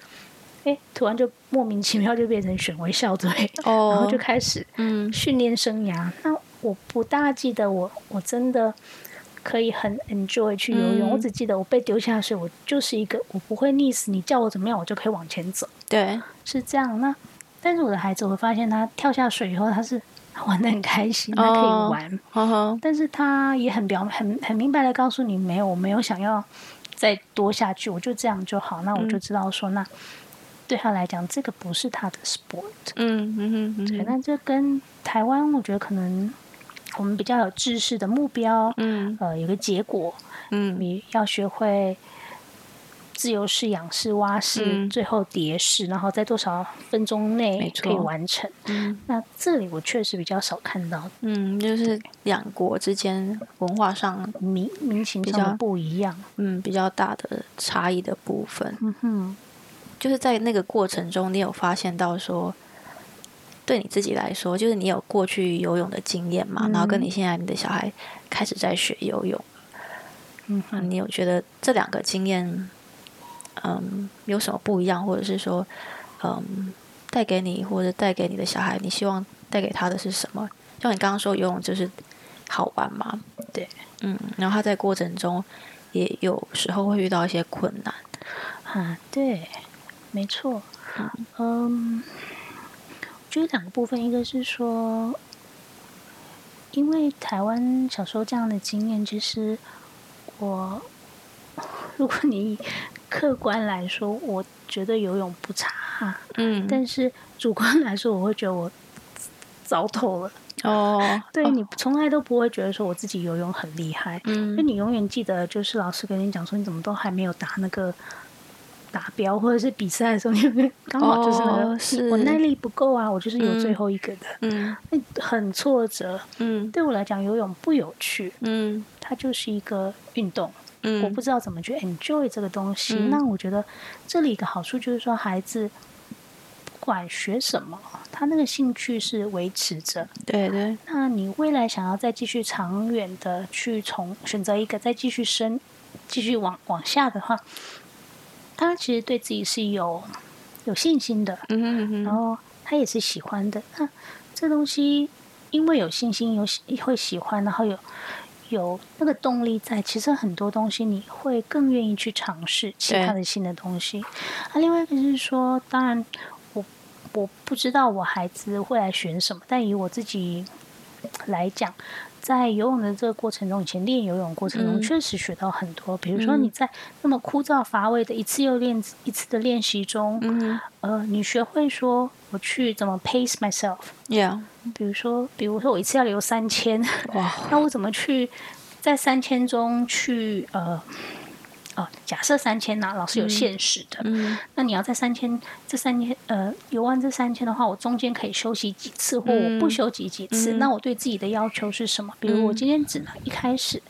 B: 哎，突然就莫名其妙就变成选为校队，然后
A: 哦
B: 就，开始
A: 嗯
B: 训练生涯。那我不大记得我我真的。可以很 enjoy 去游泳，
A: 嗯
B: 我只记得我被丢下水，我就是一个我不会溺死，你叫我怎么样，我就可以往前走。
A: 对，
B: 是这样。那但是我的孩子，我发现他跳下水以后，他是玩的很开心，他可
A: 哦
B: 以玩，
A: 呵呵，
B: 但是他也很表很很明白的告诉你，没有，我没有想要再多下去，我就这样就好。那我就
A: 嗯
B: 知道说，那对他来讲，这个不是他的 sport。
A: 嗯嗯嗯
B: 对，
A: 嗯
B: 那这跟台湾，我觉得可能我们比较有制式的目标，
A: 嗯
B: 呃，有个结果，
A: 嗯，
B: 你要学会自由式、仰式、蛙式，
A: 嗯
B: 最后蝶式，然后在多少分钟
A: 没
B: 内
A: 错
B: 可以完成。
A: 嗯
B: 那这里我确实比较少看到
A: 嗯，就是两国之间文化上，
B: 民民情
A: 比
B: 上
A: 较
B: 的不一样。
A: 嗯，比较大的差异的部分，
B: 嗯哼，
A: 就是在那个过程中，你有发现到说，对你自己来说，就是你有过去游泳的经验嘛，然后跟
B: 嗯
A: 你现在你的小孩开始在学游泳，
B: 嗯
A: 那
B: 哼，
A: 你有觉得这两个经验，嗯，有什么不一样，或者是说，嗯，带给你或者带给你的小孩，你希望带给他的是什么？像你刚刚说游泳就是好玩嘛，
B: 对，
A: 嗯，然后他在过程中也有时候会遇到一些困难，
B: 啊，对，没错。嗯，我觉得两个部分，一个是说，因为台湾小时候这样的经验，其实我， 如果你客观来说，我觉得游泳不差，
A: 嗯，
B: 但是主观来说，我会觉得我糟透了。
A: 哦，
B: 对、
A: 哦
B: 你从来都不会觉得说我自己游泳很厉害，因为
A: 嗯
B: 你永远记得就是老师跟你讲说你怎么都还没有达那个达标，或者是比赛的时候， 你刚好就是那个、
A: 哦是
B: 我耐力不够啊，我就是游最
A: 嗯
B: 后一个的，
A: 嗯
B: 那、很挫折。
A: 嗯
B: 对我来讲，游泳不有趣，
A: 嗯
B: 它就是一个运动。
A: 嗯，
B: 我不知道怎么去 enjoy 这个东西。
A: 嗯
B: 那我觉得这里一个好处就是说，孩子不管学什么，他那个兴趣是维持着。
A: 对对，
B: 那你未来想要再继续长远的去从选择一个再继续升、继续往往下的话，他其实对自己是有有信心的，
A: 嗯哼嗯
B: 然
A: 哼，
B: 后他也是喜欢的。那这东西因为有信心，有喜会喜欢，然后有有那个动力在，其实很多东西你会更愿意去尝试其
A: 对
B: 他的新的东西。啊，另外一个是说，当然我我不知道我孩子会来选什么，但以我自己来讲。在游泳的这个过程中，以前练游泳的过程中，
A: 嗯
B: 确实学到很多。比如说，
A: 嗯
B: 你在那么枯燥乏味的一次又练一次的练习中，
A: 嗯哼
B: 呃，你学会说我去怎么 pace myself，
A: ，Yeah，
B: 比如说，比如说我一次要游三千，
A: 哇，
B: 那我怎么去在三千中去呃哦，假设三千呐，老师有限时的，
A: 嗯
B: 那你要在三千这三千呃游完这三千的话，我中间可以休息几次，或我不
A: 嗯
B: 休息几次，
A: 嗯
B: 那我对自己的要求是什么？比如我
A: 嗯
B: 今天只能一开始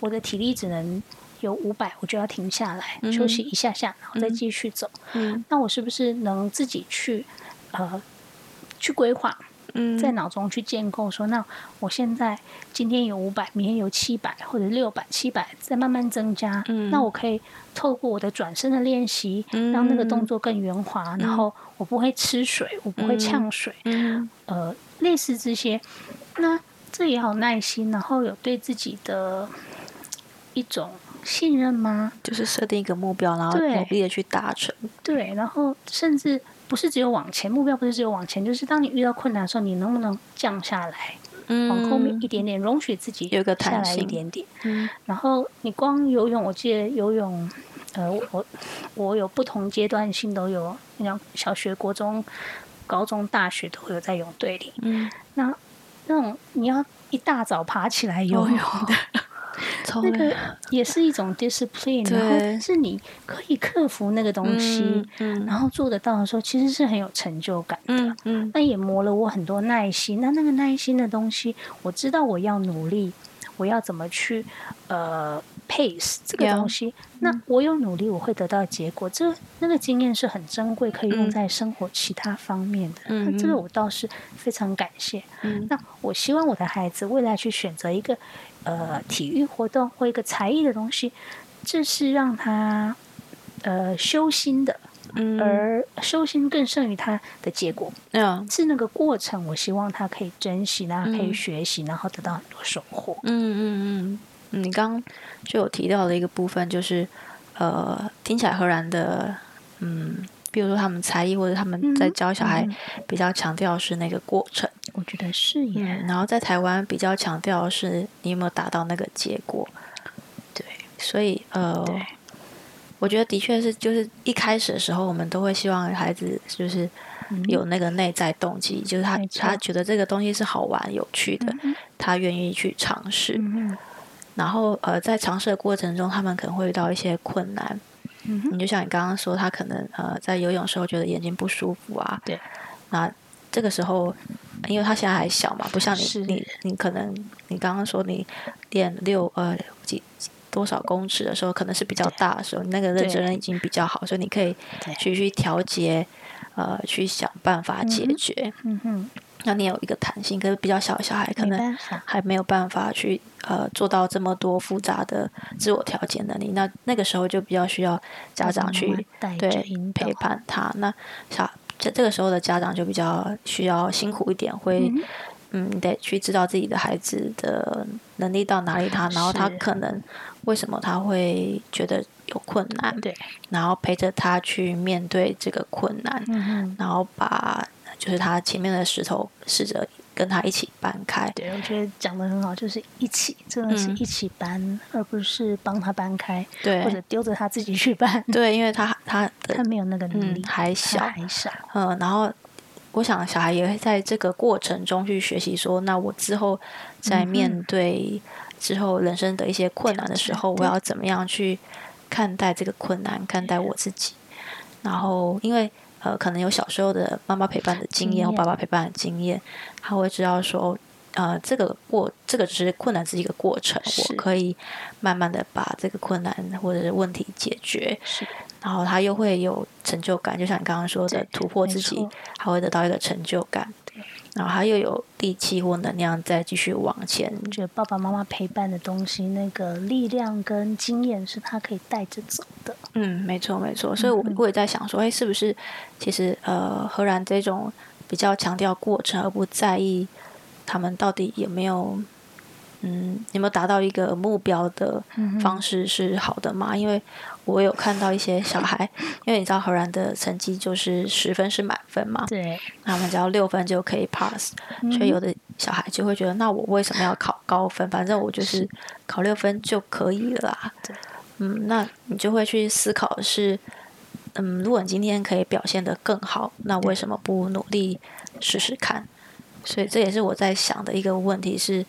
B: 我的体力只能有五百，我就要停下来、
A: 嗯哼
B: 休息一下下，然后再继续走。
A: 嗯
B: 那我是不是能自己去呃去规划，
A: 嗯
B: 在脑中去建构说，那我现在今天有五百，明天有七百或者六百、七百，再慢慢增加。
A: 嗯
B: 那我可以透过我的转身的练习，让那个
A: 嗯
B: 动作更圆滑，然后我不会吃水，我不会呛水，
A: 嗯
B: 呃，类似这些。那这也有耐心，然后有对自己的一种信任吗？
A: 就是设定一个目标，然后
B: 对
A: 努力的去达成。
B: 对，然后甚至不是只有往前，目标不是只有往前，就是当你遇到困难的时候，你能不能降下来，
A: 嗯
B: 往后面一点点，容许自己
A: 有一个
B: 下
A: 弹
B: 来一
A: 性
B: 点点。
A: 嗯
B: 然后你光游泳，我记得游泳，呃，我我我有不同阶段性都有，那种小学、国中、高中、大学都有在泳队里。
A: 嗯，
B: 那那种你要一大早爬起来
A: 哦
B: 游泳的，
A: 从
B: 那个也是一种 discipline，
A: 对
B: 然后是你可以克服那个东西，
A: 嗯
B: 然后做得到的时候，其实是很有成就感的。
A: 嗯嗯
B: 那也磨了我很多耐心。那那个耐心的东西，我知道我要努力，我要怎么去呃 pace 这个
A: Yeah
B: 东西。那我有努力，我会得到结果。这那个经验是很珍贵，可以用
A: 嗯
B: 在生活其他方面的。
A: 嗯
B: 那这个
A: 嗯
B: 我倒是非常感谢。
A: 嗯
B: 那我希望我的孩子未来去选择一个呃体育活动或一个才艺的东西，这是让他呃修心的，
A: 嗯，
B: 而修心更胜于他的结果。
A: 嗯
B: 是那个过程，我希望他可以珍惜，然后可以学习，然后得到很多收获。
A: 嗯嗯嗯，你刚就有提到的一个部分，就是呃，听起来荷兰的嗯，比如说他们才艺或者他们在
B: 嗯
A: 教小孩
B: 嗯
A: 比较强调是那个过程，
B: 我觉得是耶，
A: 嗯，然后在台湾比较强调的是你有没有达到那个结果，对，所以呃，
B: 对
A: 我觉得的确是，就是一开始的时候，我们都会希望孩子就是
B: 嗯
A: 有那个内在动机，就是他
B: 没错
A: 他觉得这个东西是好玩有趣的，
B: 嗯
A: 他愿意去尝试。
B: 嗯
A: 然后呃，在尝试的过程中，他们可能会遇到一些困难。
B: 嗯哼
A: 你就像你刚刚说，他可能呃在游泳的时候觉得眼睛不舒服啊，
B: 对，
A: 那这个时候，因为他现在还小嘛，不像你
B: 是
A: 你你可能你刚刚说你练六呃几几多少公尺的时候，可能是比较大的时候，你那个认知
B: 对
A: 能力已经比较好，所以你可以
B: 对
A: 去去调节，呃，去想办法解
B: 嗯哼
A: 决。
B: 嗯哼，
A: 那你有一个弹性，可是比较小的小孩可
B: 没
A: 能
B: 办法，
A: 还没有办法去呃做到这么多复杂的自我调节能力，那那个时候就比较需要家长去
B: 妈妈带着
A: 对
B: 引导
A: 陪伴他。那小这这个时候的家长就比较需要辛苦一点，会
B: 嗯
A: 嗯得去知道自己的孩子的能力到哪里他，然后他
B: 是
A: 可能为什么他会觉得有困难，
B: 对，
A: 然后陪着他去面对这个困难，
B: 嗯哼，
A: 然后把就是他前面的石头试着跟他一起搬开。
B: 对，我觉得讲的很好，就是一起，真的是
A: 嗯
B: 一起搬，而不是帮他搬开，
A: 对
B: 或者丢着他自己去搬，
A: 对，因为他他的
B: 他没有那个能
A: 嗯
B: 力，
A: 还
B: 他
A: 小，
B: 还小，
A: 嗯，然后我想小孩也会在这个过程中去学习说，那我之后
B: 嗯
A: 在面对之后人生的一些困难的时候，
B: 挑
A: 我
B: 战
A: 要怎么样去看待这个困难，看待我自己。然后因为呃，可能有小时候的妈妈陪伴的经
B: 经
A: 验或
B: 验
A: 爸爸陪伴的经验，他会知道说。呃，这个过这个只是困难，是一个过程，
B: 是
A: 我可以慢慢的把这个困难或者是问题解决，
B: 是的
A: 然后他又会有成就感，就像你刚刚说的
B: 对，
A: 突破自
B: 没
A: 己
B: 错，
A: 他会得到一个成就感
B: 对，
A: 然后他又有力气或能量再继续往前。
B: 我觉得爸爸妈妈陪伴的东西，那个力量跟经验是他可以带着走的。
A: 嗯，没错没错，所以我
B: 嗯
A: 我也在想说，哎，是不是其实呃，荷兰这种比较强调过程，而不在意他们到底有没有嗯有没有达到一个目标的
B: 嗯哼
A: 方式是好的吗？因为我有看到一些小孩，因为你知道荷兰的成绩就是十分是满分嘛，
B: 对，嗯
A: 他们只要六分就可以 pass，、所以有的小孩就会觉得，那我为什么要考高分？反正我就是考六分就可以了啊
B: 对。
A: 嗯，那你就会去思考的是，嗯，如果你今天可以表现得更好，那为什么不努力试试看？所以这也是我在想的一个问题是，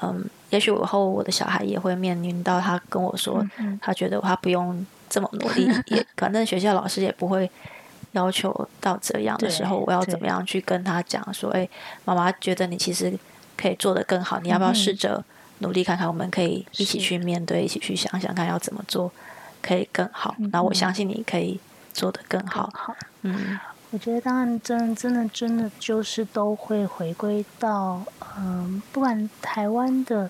A: 嗯，也许以后我的小孩也会面临到他跟我说，
B: 嗯
A: 他觉得他不用这么努 力，也反正学校老师也不会要求到这样的时候，
B: 对
A: 我要怎
B: 对
A: 么样
B: 嗯
A: 去跟他讲说，哎，妈妈觉得你其实可以做得更好，你要不要试着努力看看，我们可以一起
B: 是
A: 去面对，一起去想想看要怎么做可以更好。
B: 嗯
A: 然后我相信你可以做得更好。
B: 好，
A: 嗯，
B: 我觉得当然真真的真的就是都会回归到嗯、不管台湾的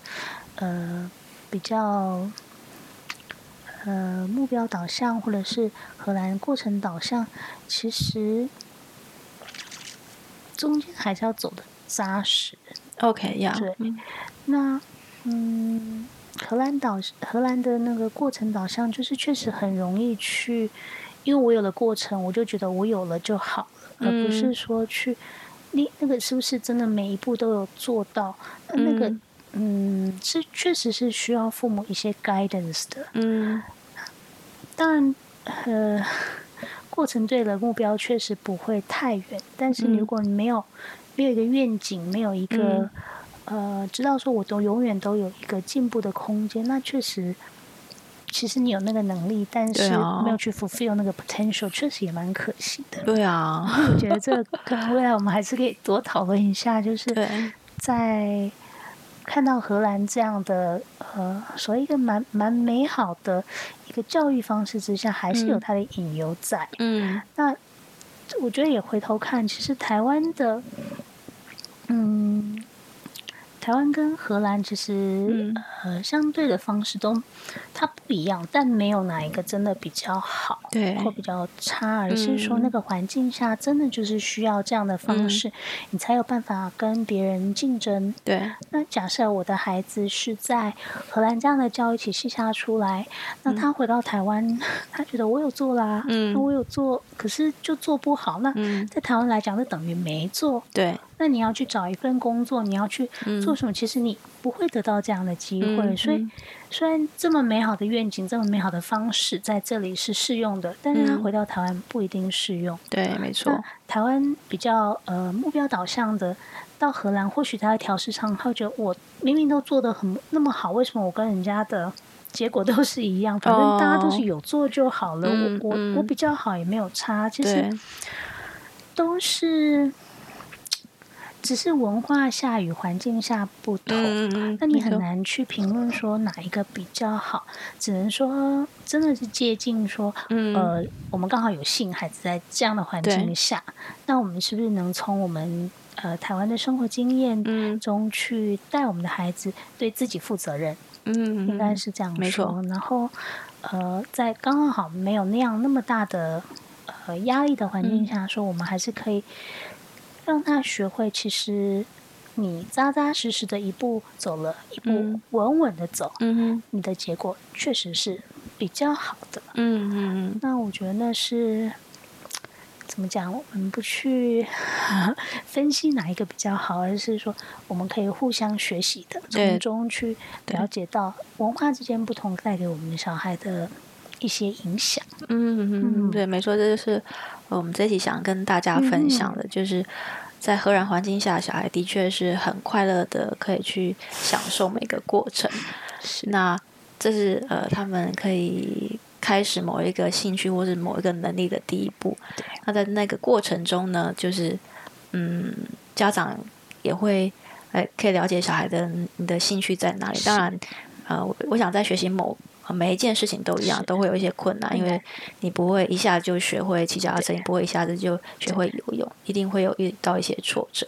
B: 呃比较呃目标导向，或者是荷兰过程导向，其实中间还是要走的扎实。
A: OK 呀、
B: 对
A: yeah,，嗯
B: 那嗯，荷兰导荷兰的那个过程导向，就是确实很容易去，因为我有了过程，我就觉得我有了就好了，而不是
A: 嗯
B: 说去你那个是不是真的每一步都有做到？那那个
A: 嗯
B: 嗯，是确实是需要父母一些 guidance 的，
A: 嗯
B: 当然呃。 过程对了，目标确实不会太远。但是
A: 嗯
B: 如果你没有、没有一个愿景，没有一个、
A: 嗯
B: 呃，知道说我都永远都有一个进步的空间，那确实，其实你有那个能力，但
A: 对
B: 是
A: 啊
B: 没有去 fulfill 那个 potential，确实也蛮可惜的。
A: 对啊，
B: 我觉得这个 可能未来我们还是可以多讨论一下，就是
A: 对，
B: 在看到荷兰这样的呃，所谓一个蛮蛮美好的一个教育方式之下，还是有
A: 嗯
B: 它的隐忧在。
A: 嗯
B: 那我觉得也回头看，其实台湾的，嗯，台湾跟荷兰其实、
A: 嗯
B: 呃相对的方式都它不一样，但没有哪一个真的比较好
A: 对
B: 或比较差，而是说那
A: 嗯
B: 个环境下真的就是需要这样的方
A: 嗯
B: 式，你才有办法跟别人竞争。
A: 对，
B: 那假设我的孩子是在荷兰这样的教育体系下出来，那他回到台湾，他觉得我有做啦，
A: 嗯
B: 那我有做，可是就做不好。那
A: 嗯
B: 在台湾来讲，那等于没做。
A: 对，
B: 那你要去找一份工作，你要去
A: 嗯
B: 做什么？其实你不会得到这样的机会。
A: 嗯
B: 所以
A: 嗯，
B: 虽然这么美好的愿景，这么美好的方式在这里是适用的，但是他
A: 嗯
B: 回到台湾不一定适用。
A: 对，没错
B: 那，台湾比较呃目标导向的，到荷兰或许他在调试上，他会觉得我明明都做的很那么好，为什么我跟人家的结果都是一样？反正大家都是
A: 哦
B: 有做就好了，
A: 嗯
B: 我我
A: 嗯
B: 我比较好也没有差，其
A: 对
B: 实，都是。只是文化下与环境下不同，
A: 嗯嗯，
B: 那你
A: 没
B: 很
A: 错，
B: 难去评论说哪一个比较好，只能说真的是接近说，
A: 嗯
B: 呃，我们刚好有幸孩子在这样的环境
A: 对
B: 下，那我们是不是能从我们呃台湾的生活经
A: 嗯
B: 验中去带我们的孩子对自己负责任？
A: 嗯，
B: 应该是这样
A: 没错
B: 说。然后，呃，在刚刚好没有那样那么大的呃压力的环
A: 嗯
B: 境下，说我们还是可以让他学会，其实你扎扎实实的一步走了一步
A: 嗯，
B: 稳稳的走，
A: 嗯
B: 你的结果确实是比较好的。
A: 嗯嗯嗯，
B: 那我觉得那是。怎么讲？我们不去 分析哪一个比较好，而是说我们可以互相学习的，从
A: 对
B: 中去
A: 对
B: 了解到文化之间不同带给我们小孩的一些影响。
A: 嗯，嗯，嗯对，没错，这就是呃我们这一期想跟大家分享的，就是在荷然环境下，小孩的确是很快乐的，可以去享受每个过程。
B: 是
A: 那这是呃，他们可以开始某一个兴趣或是某一个能力的第一步。
B: 对，
A: 那在那个过程中呢，就是嗯，家长也会呃，可以了解小孩的嗯你的兴趣在哪里。
B: 是
A: 当然，呃，我我想在学习某呃每一件事情都一样
B: 是，
A: 都会有一些困难，因
B: 当
A: 为
B: 然
A: 你不会一下就学会骑脚踏车，
B: 对
A: 你不会一下子就学会游泳，一定会有遇到一些挫折。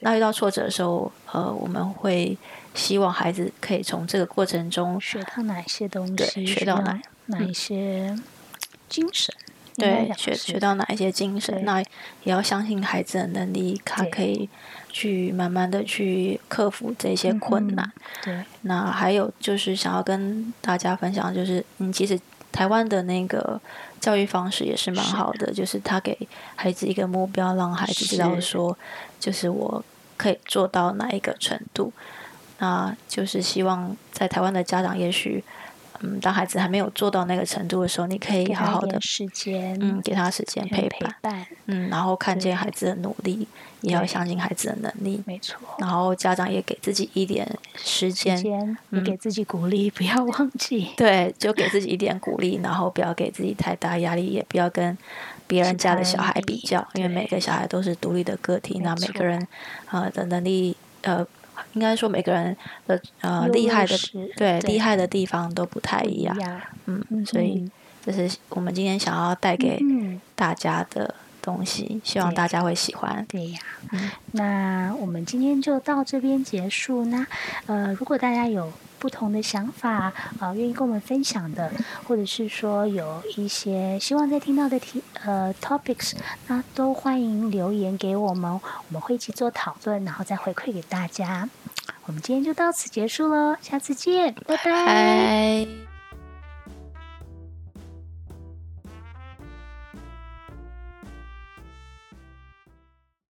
A: 那遇到挫折的时候，呃，我们会希望孩子可以从这个过程中
B: 学到哪一些东
A: 对
B: 西？
A: 学
B: 需
A: 到
B: 要
A: 哪嗯
B: 哪一些精神？应该
A: 对
B: 讲
A: 学
B: 是
A: 学到哪一些精神
B: 对，
A: 那也要相信孩子的能力，他
B: 对
A: 可以去慢慢的去克服这些
B: 嗯
A: 困
B: 哼
A: 难。
B: 对，
A: 那还有就是想要跟大家分享，就是嗯，其实台湾的那个教育方式也是蛮
B: 是
A: 好的，就是他给孩子一个目标，让孩子知道
B: 是
A: 说，就是我可以做到哪一个程度。那就是希望在台湾的家长，也许嗯，当孩子还没有做到那个程度的时候，你可以
B: 给
A: 好
B: 他一
A: 好的
B: 点时间，
A: 嗯，给他时间陪
B: 陪
A: 伴，
B: 伴，
A: 嗯，然后看见孩子的努力，也要
B: 对
A: 相信孩子的能力，
B: 没错。
A: 然后家长也给自己一点时
B: 时
A: 间，
B: 间，你
A: 嗯
B: 给自己鼓励，不要忘记。
A: 对，就给自己一点鼓励，然后不要给自己太大压力，也不要跟别人
B: 其
A: 家的
B: 他
A: 小
B: 人
A: 孩
B: 比
A: 比较，因为
B: 对
A: 每个小孩都是独立的个体，
B: 没
A: 那每
B: 错
A: 个人呃的能力呃应该说每个人的呃
B: 优
A: 厉
B: 越
A: 害的
B: 是
A: 对
B: 对
A: 厉害的地方都不太一样，
B: 呀，
A: 嗯，所以这是我们今天想要带给
B: 嗯，
A: 大家的东西，希望
B: 对
A: 大家会喜欢。
B: 对呀
A: 嗯。
B: 那我们今天就到这边结束那呃，如果大家有不同的想法，呃，愿意跟我们分享的，或者是说有一些希望再听到的题呃 topics，那都欢迎留言给我们，我们会一起做讨论，然后再回馈给大家。我们今天就到此结束喽，下次见，拜拜
A: 拜。